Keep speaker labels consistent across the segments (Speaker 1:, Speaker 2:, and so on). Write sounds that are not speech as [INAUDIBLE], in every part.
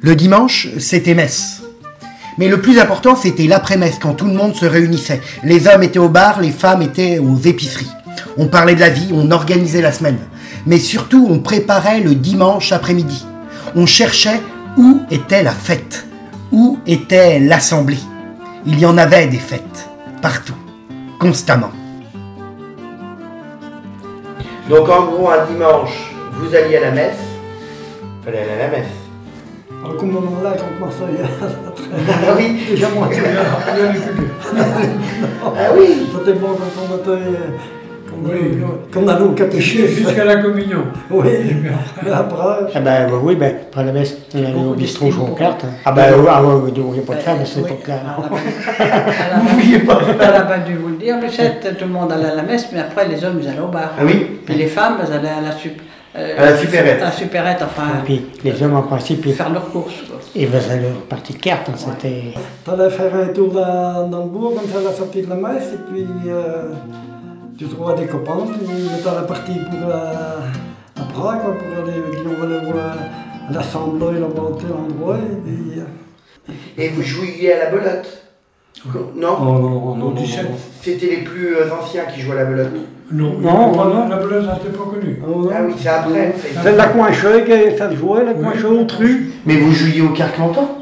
Speaker 1: Le dimanche, c'était messe. Mais le plus important, c'était l'après-messe, quand tout le monde se réunissait. Les hommes étaient au bar, les femmes étaient aux épiceries. On parlait de la vie, on organisait la semaine. Mais surtout, on préparait le dimanche après-midi. On cherchait où était la fête, où était l'assemblée. Il y en avait des fêtes, partout, constamment.
Speaker 2: Donc en gros, un dimanche, vous alliez à la messe. Fallait aller à la messe.
Speaker 3: À ce moment-là, quand moi ça y est,
Speaker 2: Ah oui,
Speaker 3: déjà moi, je
Speaker 2: ah oui.
Speaker 3: C'était bon quand on était. Quand on allait-
Speaker 4: Oui.
Speaker 3: quand on allait au
Speaker 4: Jusqu'à
Speaker 3: catéchisme.
Speaker 4: jusqu'à la communion.
Speaker 3: Oui, mais après.
Speaker 5: Ah bah oui, oui, ben, après la messe, on allait au
Speaker 3: Beaucoup de
Speaker 5: bistrot jouer aux
Speaker 3: beaucoup.
Speaker 5: cartes. hein. Ah bah oui, ah, ouais, ouais, donc il n'y a pas de femme à cette
Speaker 6: Oui,
Speaker 5: époque-là. [LAUGHS]
Speaker 6: à la base- à la base- à la base, je vais vous le dire, le 7, tout le monde allait à la messe, mais après, les hommes, ils allaient au bar.
Speaker 2: Ah oui.
Speaker 6: Puis les femmes, elles allaient à la, sup- euh,
Speaker 2: À la supérette. Ah
Speaker 6: à la supérette, enfin,
Speaker 5: Et puis les hommes en principe, ils,
Speaker 6: faire leurs courses. quoi.
Speaker 5: ils faisaient leur partie de cartes. hein, C'était...
Speaker 3: T'allais faire un tour dans, dans le bourg, comme ça, à la sortie de la messe, et puis euh, tu trouvais des copains, puis tu étais parti pour la, à Prague, quoi, pour aller, puis on va aller voir euh, l'assemblée, la volonté, l'endroit, et puis... euh,
Speaker 2: Et vous jouiez à la belote. Non.
Speaker 3: Oh, non, non,
Speaker 4: Au 17.
Speaker 2: C'était les plus euh, anciens qui jouaient à la belote.
Speaker 4: Non,
Speaker 5: Non,
Speaker 4: non,
Speaker 5: non.
Speaker 4: la bouleuse, ça c'était pas connu.
Speaker 3: non, non.
Speaker 2: Ah oui, c'est après. c'est-
Speaker 3: C'est la coinchée qui ça se jouait, la coinchée au tru.
Speaker 2: Mais vous jouiez aux cartes longtemps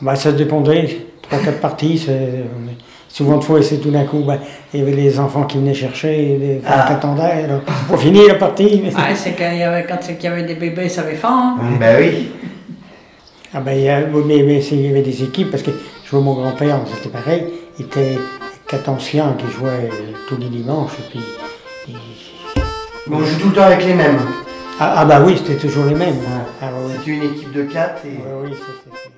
Speaker 5: Bah, ça dépendait, trois, quatre parties. c'est- on est- Souvent de fois, c'est tout d'un coup, bah, il y avait les enfants qui venaient chercher, et les femmes
Speaker 2: Ah.
Speaker 5: qui attendaient. alors, pour finir la partie.
Speaker 6: Ah, c'est quand il y avait, quand c'est qu'il y avait des bébés, ils savaient faim. hein.
Speaker 2: Bah oui.
Speaker 5: Ah ben, il y a- oui, mais, mais c'est- il y avait des équipes, parce que je vois mon grand-père, c'était pareil, il était quatre anciens qui jouaient euh, tous les dimanches. Et puis, et-
Speaker 2: Mais on joue tout le temps avec les mêmes.
Speaker 5: Ah, ah bah oui, c'était toujours les mêmes. hein. Ah oui,
Speaker 2: C'était une équipe de 4 et.
Speaker 5: oui, oui, c'est- c'est- c'est-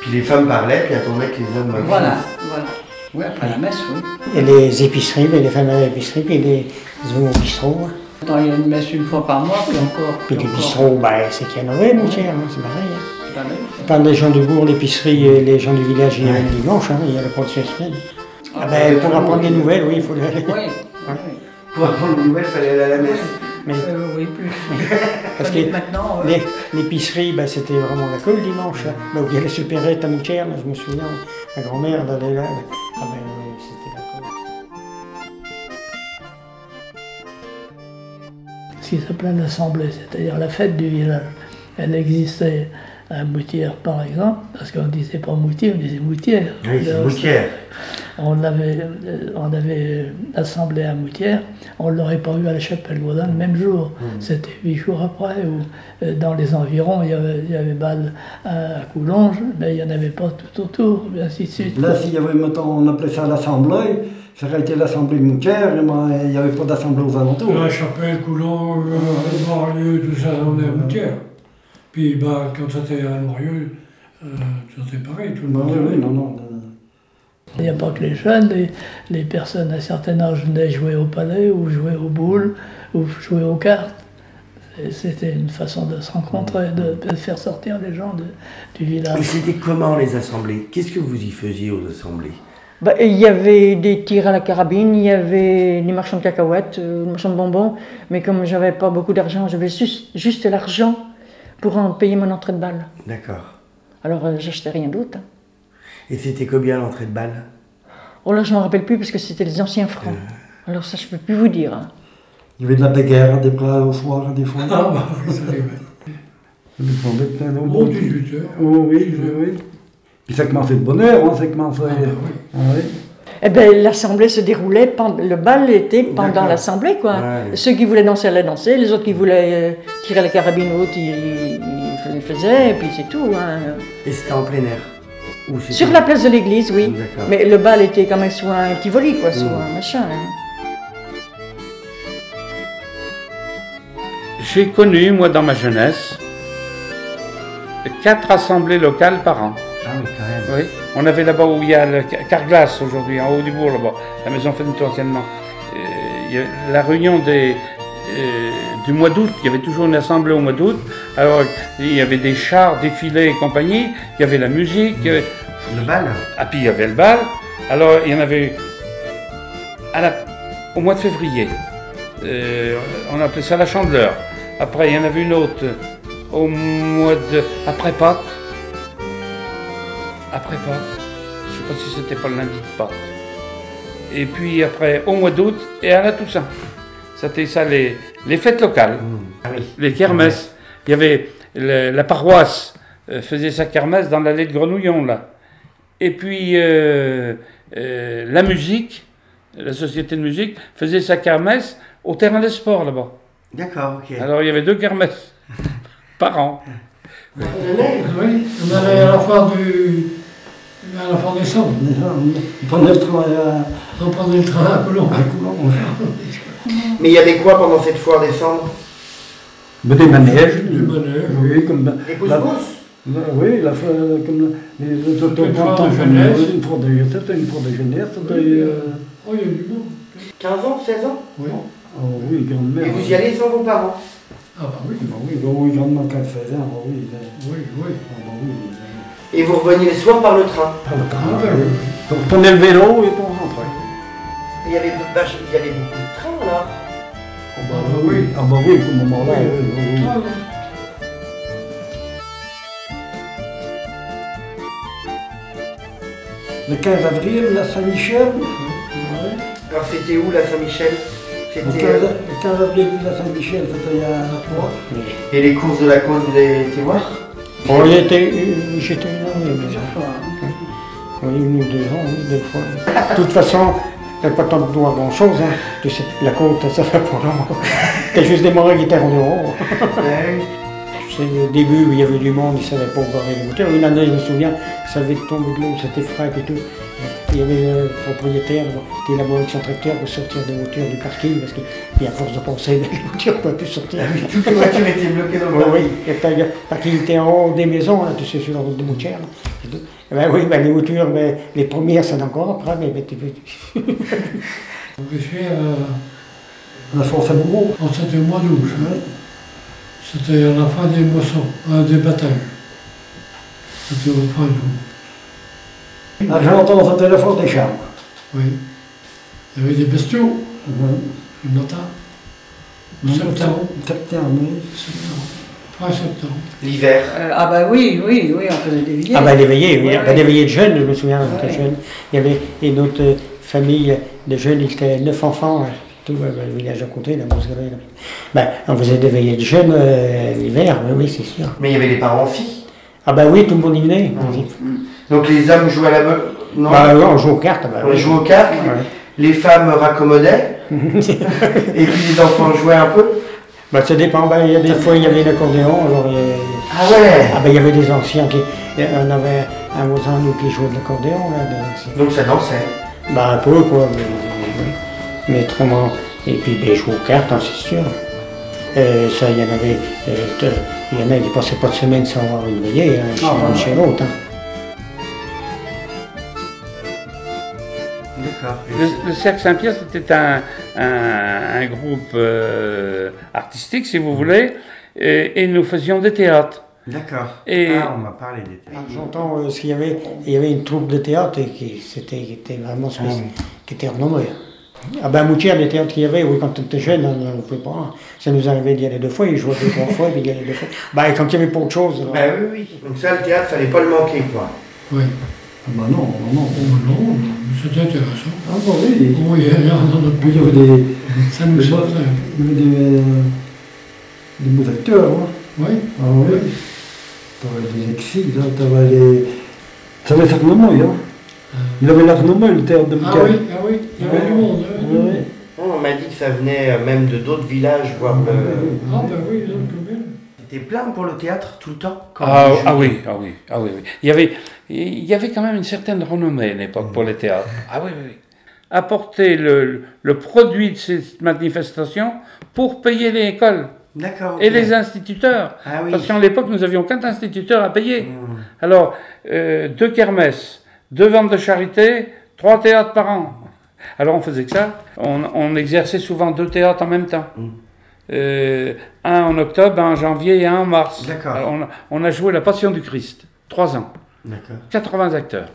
Speaker 2: Puis les femmes parlaient, puis attendaient que les hommes. euh,
Speaker 6: Voilà,
Speaker 2: finissent.
Speaker 6: voilà. Oui, après la messe, oui.
Speaker 5: Et les épiceries, ben, les femmes à l'épicerie, puis les hommes au bistrot. hein.
Speaker 6: Attends, il y a une messe une fois par mois, puis encore.
Speaker 5: Puis les
Speaker 6: encore. Bah,
Speaker 5: bistrots, ben, c'est qu'il y en avait, mon cher, hein, c'est pareil. hein.
Speaker 6: C'est la même.
Speaker 5: Par les gens du bourg, l'épicerie, et les gens du village, il y a le dimanche, hein, il y a la prochaine semaine. Ah ben, pour apprendre des nouvelles, oui, il faut le...
Speaker 6: Oui, oui.
Speaker 2: Pour apprendre une nouvelle, fallait aller à la messe.
Speaker 5: Mais
Speaker 6: Euh, oui, plus.
Speaker 5: Parce
Speaker 6: Tandis
Speaker 5: que
Speaker 6: maintenant, euh,
Speaker 5: les- l'épicerie, ben, c'était vraiment la colle le dimanche. hein. Là où il y a la supérette à mon cher, là, je me souviens, ma grand-mère, elle allait là. Ah ben, oui, c'était la colle.
Speaker 7: ce qui s'appelait l'assemblée, c'est-à-dire la fête du village. Elle existait à Moutière, par exemple, parce qu'on ne disait pas Moutier, on disait Moutière. Alors, On l'avait, euh, on avait assemblé à Moutière, on ne l'aurait pas vu à la chapelle Gaudin le même jour. C'était huit jours après, ou euh, dans les environs, il y avait, il y avait Bâle à, à Coulonges, mais il n'y en avait pas tout autour, et ainsi de suite.
Speaker 3: Là, s'il y avait, mettons, on appelait ça l'assemblée, ça aurait été l'assemblée de Moutière, mais il n'y avait pas d'assemblée aux alentours.
Speaker 4: La chapelle, Coulon, Marieux, tout ça, on est à Moutière. Puis bah, quand c'était à Marieux, euh, c'était pareil, tout le
Speaker 3: Non,
Speaker 4: monde.
Speaker 3: Bah Ben oui,
Speaker 4: allait.
Speaker 3: non, non.
Speaker 7: Il n'y a pas que les jeunes, les, les personnes à certain âge venaient jouer au palais ou jouer aux boules ou jouer aux cartes. Et C'était une façon de se rencontrer, de, de faire sortir les gens de- du
Speaker 8: Et
Speaker 7: village.
Speaker 8: Ah, c'était comment les assemblées Qu'est-ce que vous y faisiez aux assemblées
Speaker 9: Bah, et il y avait des tirs à la carabine, il y avait des marchands de cacahuètes, euh, des marchands de bonbons, mais comme j'avais pas beaucoup d'argent, j'avais juste, juste l'argent pour en payer mon entrée de balle.
Speaker 8: D'accord.
Speaker 9: Alors euh, j'achetais rien d'autre. hein.
Speaker 8: Et c'était combien l'entrée de balle
Speaker 9: Oh là, je m'en rappelle plus parce que c'était les anciens francs. Alors ça, je peux plus vous dire. hein.
Speaker 3: Il y avait de la bagarre, des plats au soir, des fois.
Speaker 4: Ah bah, oui, ça arrivait.
Speaker 3: Ils sont bêtes, hein, non
Speaker 4: Bon, 18 heures.
Speaker 3: Oh, oui, oui, oui. Puis ça commençait de bonne heure, hein, ça commençait. Ah, oui.
Speaker 9: Eh ben, l'assemblée se déroulait, pend- le bal était pendant l'assemblée, quoi.
Speaker 8: Ouais.
Speaker 9: Ceux qui voulaient danser allaient danser, les autres qui voulaient euh, tirer la carabine ou autre, ils, ils le faisaient, et puis c'est tout. hein.
Speaker 8: Et c'était en plein air Ou c'était-
Speaker 9: Sur la place de l'église, oui.
Speaker 8: D'accord.
Speaker 9: Mais le bal était quand même sous un petit volis, quoi, sous un machin. hein.
Speaker 10: J'ai connu, moi, dans ma jeunesse, quatre assemblées locales par an.
Speaker 8: Ah oui, quand même.
Speaker 10: Oui. On avait là-bas où il y a le Car- Carglass aujourd'hui, en haut du bourg là-bas, la maison Fennetou anciennement. Euh, il y a la réunion des, euh, du mois d'août, il y avait toujours une assemblée au mois d'août. Alors il y avait des chars, défilés et compagnie, il y avait la musique, il y avait-
Speaker 2: Le bal
Speaker 10: ah, puis il y avait le bal. Alors, il y en avait à la- au mois de février. Euh, on appelait ça la chandeleur. Après, il y en avait une autre au mois de. après Pâques. Après Pâques. Je sais pas si c'était pas le lundi de Pâques. Et puis après, au mois d'août et à la Toussaint. C'était ça les, les fêtes locales, les kermesses. Il y avait le- la paroisse euh, faisait sa kermesse dans l'allée de Grenouillon, là. Et puis euh, euh, la musique, la société de musique, faisait sa kermesse au terrain des sports là-bas.
Speaker 8: D'accord, ok.
Speaker 10: Alors il y avait deux kermesses [LAUGHS] par an.
Speaker 3: Oui, on allait à la fin du. à la fin décembre. On prenait le train à. On prenait le train à Coulon. euh,
Speaker 10: Ah,
Speaker 3: À Coulon.
Speaker 2: Mais il y avait quoi pendant cette foire décembre
Speaker 11: Mais des manèges.
Speaker 3: Des manèges. Oui, comme.
Speaker 2: Des
Speaker 3: la-
Speaker 2: pousse-pousse
Speaker 3: la- Oui, la fin, comme la- les les
Speaker 4: C'était une
Speaker 3: autocollants,
Speaker 4: foire
Speaker 3: comme-
Speaker 4: de jeunesse.
Speaker 3: euh, Une foire de jeunesse. C'était une foire de jeunesse. c'était, euh,
Speaker 4: Oh, il y a du monde.
Speaker 2: 15 ans, 16 ans
Speaker 3: Oui. Oh oui, grand-mère.
Speaker 2: Et vous y allez sans vos parents
Speaker 3: Ah bah oui, bah oui, bah oui, grand-mère qu'elle faisait, ah bah oui. bah-
Speaker 4: Oui, oui.
Speaker 3: Ah bah oui.
Speaker 2: Et vous reveniez le soir par le train
Speaker 3: Par Ah, le train, oui. Donc prenez le vélo et on rentrait.
Speaker 2: Il y avait beaucoup de, vaches- il y avait beaucoup de trains là.
Speaker 3: Ah bah oui, ah bah oui, à ce moment-là, oui, oui, oui. Le 15 avril, la Saint-Michel.
Speaker 2: Alors c'était où la Saint-Michel
Speaker 3: Le
Speaker 2: C'était.
Speaker 3: 15, le 15 avril, la Saint-Michel, c'était à la Croix.
Speaker 2: Et les courses de la côte, vous avez été voir
Speaker 5: Bon, il était- euh, j'étais là, il y avait- hein. Oui, une ou deux ans, oui, deux fois. De toute façon, t'as pas tant de droit à grand chose, hein. Tu sais, la côte, ça fait pour long. T'as juste des morales qui étaient en euros. Tu sais, au début, il y avait du monde, ils savaient pas où barrer les moteurs. Une année, je me souviens, ça avait tombé de l'eau, c'était frappe et tout. Il y avait le propriétaire qui élaborait son tracteur pour sortir des moteurs du parking, parce que, puis à force de penser, [LAUGHS] les moteurs n'ont pas pu sortir.
Speaker 8: Toutes les voitures étaient bloquées dans le
Speaker 3: Bah
Speaker 5: Oui,
Speaker 8: parking.
Speaker 5: oui, et puis, parce qu'il était en haut des maisons, là, tu sais, sur la route de Moutière. là, et tout. Eh Ben oui, ben, les voitures, ben, les premières, c'est encore après, mais, mais tu peux-
Speaker 4: Je suis
Speaker 3: euh,
Speaker 4: à.
Speaker 3: La France à Bourreau.
Speaker 4: Quand c'était au mois d'août, hein, c'était à la fin des moissons, euh, des batailles. C'était au fin d'août.
Speaker 3: Ah, Argenton, c'était la France des Charmes.
Speaker 4: Oui. Il y avait des bestiaux, le matin, septembre,
Speaker 3: Mmh. Septembre,
Speaker 4: septembre, fin septembre.
Speaker 2: L'hiver.
Speaker 6: Euh, ah bah oui, oui, oui, on faisait des veillées.
Speaker 5: Ah ben des veillées, oui,
Speaker 6: Ouais,
Speaker 5: ah ben,
Speaker 6: ouais.
Speaker 5: des veillées de jeunes, je me souviens, quand j'étais
Speaker 6: Ouais.
Speaker 5: jeune. Il y avait une autre euh, famille de jeunes, ils étaient neuf enfants, hein, tout euh, ben, le village à côté, la Mosgrée. là. Ben, on faisait des veillées de jeunes euh, l'hiver, oui, oui, c'est sûr.
Speaker 2: Mais il y avait les parents filles. Mmh.
Speaker 5: Ah ben oui, tout le monde y venait.
Speaker 2: Donc les hommes jouaient à la meule Non.
Speaker 5: Bah, ouais, on joue aux cartes, bah,
Speaker 2: on
Speaker 5: oui.
Speaker 2: jouait aux cartes. Les femmes
Speaker 5: [LAUGHS]
Speaker 2: raccommodaient. et puis les enfants jouaient un peu.
Speaker 5: Bah, ça dépend, ben, il y a des fois il y avait l'accordéon, alors euh,
Speaker 2: Ah ouais
Speaker 5: Ah ben il y avait des anciens qui. euh, On avait un voisin nous qui jouait de l'accordéon là. de-
Speaker 2: Donc ça dansait.
Speaker 5: Ben un peu quoi, mais, mais autrement. Et puis ben, ils jouaient aux cartes, hein, c'est sûr. Euh, ça, il y en avait. euh, t- il y en a qui passaient pas de semaine sans avoir une veillée, hein, chez,
Speaker 8: Ah, ouais.
Speaker 5: chez l'autre. hein.
Speaker 8: D'accord.
Speaker 10: Le, le Cercle Saint-Pierre, c'était un, un- un groupe euh, artistique, si vous voulez, et, et nous faisions des théâtres.
Speaker 8: D'accord.
Speaker 10: Et-
Speaker 8: Ah, on m'a parlé des théâtres.
Speaker 5: J'entends euh, ce qu'il y avait. Il y avait une troupe de théâtre et qui, c'était, qui était vraiment spéc- qui était renommée. Ah ben Moutière, les théâtres qu'il y avait, oui, quand on était jeune, on ne pouvait pas. hein. Ça nous arrivait d'y aller deux fois, ils jouaient deux, trois fois, puis d'y aller deux fois. Ben quand il n'y avait pas autre chose. alors-
Speaker 2: Bah oui, oui. Donc ça, le théâtre, fallait pas le manquer, quoi.
Speaker 4: Oui.
Speaker 3: Ah bah non, non, non.
Speaker 4: Oh non, non, c'était intéressant.
Speaker 3: Ah bah oui.
Speaker 4: Oui, dans notre
Speaker 3: Il y
Speaker 4: pays,
Speaker 3: avait des,
Speaker 4: ça nous hein. sauve.
Speaker 3: il y avait des, euh, des beaux acteurs, hein.
Speaker 4: Oui,
Speaker 3: Ah oui. T'avais des exils, hein, t'avais les. T'avais Arnameuil, hein. Il avait l'Arnameuil, le théâtre de
Speaker 4: ah
Speaker 3: Michael.
Speaker 4: oui, ah oui, il y avait du monde. hein.
Speaker 3: Oui, oui.
Speaker 2: On m'a dit que ça venait euh, même de d'autres villages, voir le...
Speaker 4: Ah ben oui, dans le commune.
Speaker 8: C'était plein pour le théâtre tout le temps quand
Speaker 10: Ah,
Speaker 8: vous jouiez
Speaker 10: ah oui, ah oui, ah oui, oui. Il y avait, il y avait quand même une certaine renommée à l'époque pour les théâtres. [LAUGHS] Ah oui, oui, oui. Apporter le, le produit de ces manifestations pour payer les écoles
Speaker 8: D'accord. ok.
Speaker 10: et les instituteurs.
Speaker 8: Ah oui. Mmh.
Speaker 10: Parce qu'en l'époque, nous avions quatre instituteurs à payer. Alors, euh, deux kermesses, deux ventes de charité, trois théâtres par an. Alors, on faisait que ça. On, on exerçait souvent deux théâtres en même temps.
Speaker 8: Mmh.
Speaker 10: Euh, un en octobre, un en janvier et un en mars.
Speaker 8: D'accord.
Speaker 10: Alors, On, a- on a joué La Passion du Christ, trois ans,
Speaker 8: D'accord.
Speaker 10: 80 acteurs.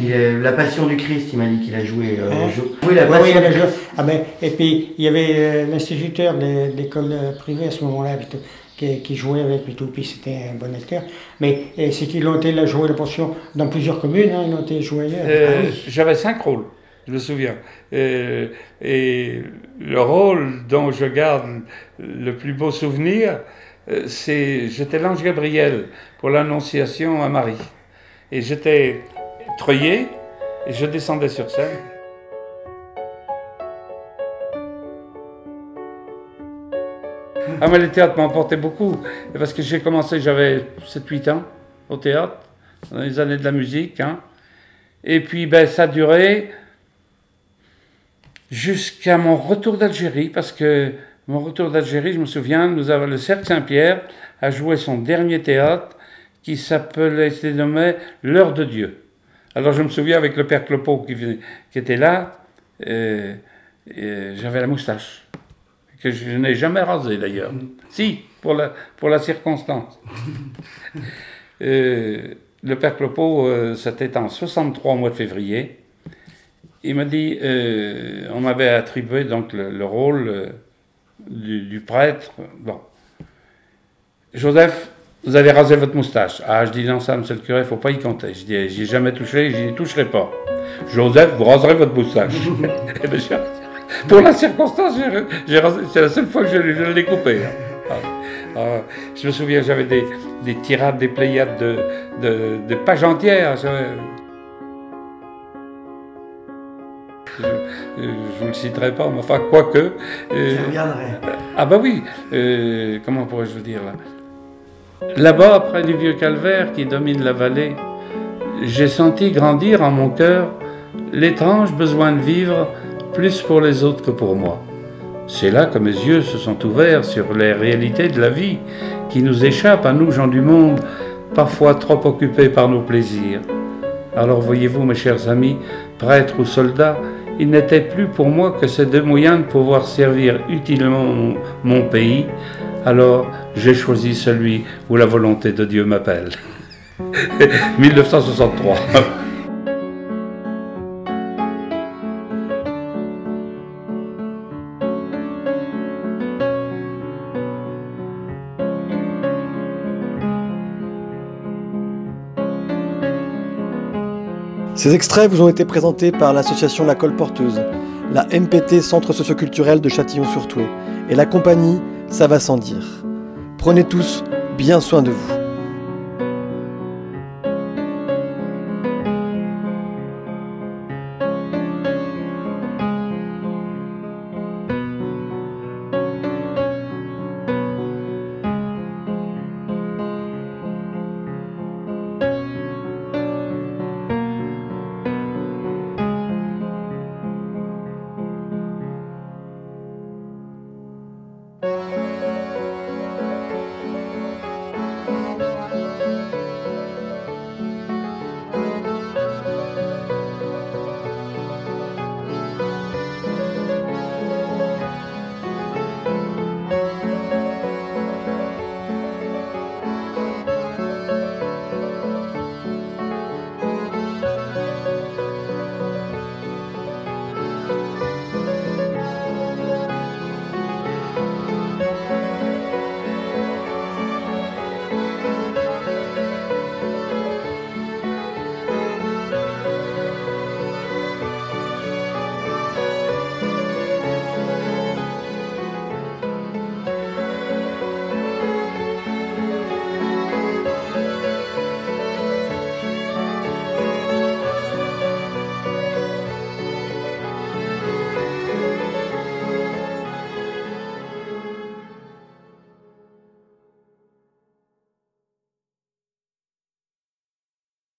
Speaker 2: Il, euh, la Passion du Christ, il m'a dit qu'il a joué. euh,
Speaker 5: Hein
Speaker 2: jou- Oui, la
Speaker 5: Ouais,
Speaker 2: Passion
Speaker 5: oui, il
Speaker 2: du Christ.
Speaker 5: avait joué. Ah ben, et puis, il y avait euh, l'instituteur de, de l'école euh, privée à ce moment-là, puis tout, qui, qui jouait avec lui tout, puis c'était un bon acteur. Mais euh, c'est qu'ils l'ont été là jouer la pension dans plusieurs communes, hein, ils l'ont été jouer ailleurs.
Speaker 10: Euh,
Speaker 5: Ah oui.
Speaker 10: J'avais cinq rôles, je me souviens. Euh, et le rôle dont je garde le plus beau souvenir, euh, c'est j'étais l'ange Gabriel pour l'Annonciation à Marie. Et j'étais treuillé et je descendais sur scène. Ah, mais le théâtre m'a emporté beaucoup, parce que j'ai commencé, j'avais 7-8 ans au théâtre, dans les années de la musique. hein. Et puis, ben, ça a duré jusqu'à mon retour d'Algérie, parce que mon retour d'Algérie, je me souviens, nous avons, le Cercle Saint-Pierre a joué son dernier théâtre qui s'appelait, se dénommait L'heure de Dieu. Alors je me souviens avec le père Clopot qui, venait- qui était là, euh, euh, j'avais la moustache, que je n'ai jamais rasée d'ailleurs. Si, pour la, pour la circonstance. Euh, le père Clopot, euh, c'était en 63 au mois de février. Il m'a dit, euh, on m'avait attribué donc le, le rôle euh, du, du prêtre. Bon. Joseph, vous allez raser votre moustache. Ah, je dis non, ça, monsieur le curé, faut pas y compter. Je dis, j'y ai jamais touché, j'y n'y toucherai pas. Joseph, vous raserez votre moustache. [LAUGHS] Eh ben, j'ai- pour la circonstance, j'ai- j'ai rasé- c'est la seule fois que je, l'ai- je l'ai coupé. hein. Ah, ah, je me souviens, j'avais des, des tirades, des pléiades de, de, de pages entières. j'avais- Euh, je ne le citerai pas, mais enfin, quoique. euh,
Speaker 8: Ça reviendrait.
Speaker 10: Ah, bah oui, euh, comment pourrais-je vous dire là Là-bas, près du vieux calvaire qui domine la vallée, j'ai senti grandir en mon cœur l'étrange besoin de vivre plus pour les autres que pour moi. C'est là que mes yeux se sont ouverts sur les réalités de la vie qui nous échappent à nous, gens du monde, parfois trop occupés par nos plaisirs. Alors voyez-vous, mes chers amis, prêtres ou soldats, il n'était plus pour moi que ces deux moyens de pouvoir servir utilement mon, mon pays. Alors j'ai choisi celui où la volonté de Dieu m'appelle. [LAUGHS] 1963.
Speaker 12: Ces extraits vous ont été présentés par l'association La Colporteuse, la MPT Centre socioculturel de Châtillon-sur-Toué et la compagnie Ça va sans dire. Prenez tous bien soin de vous.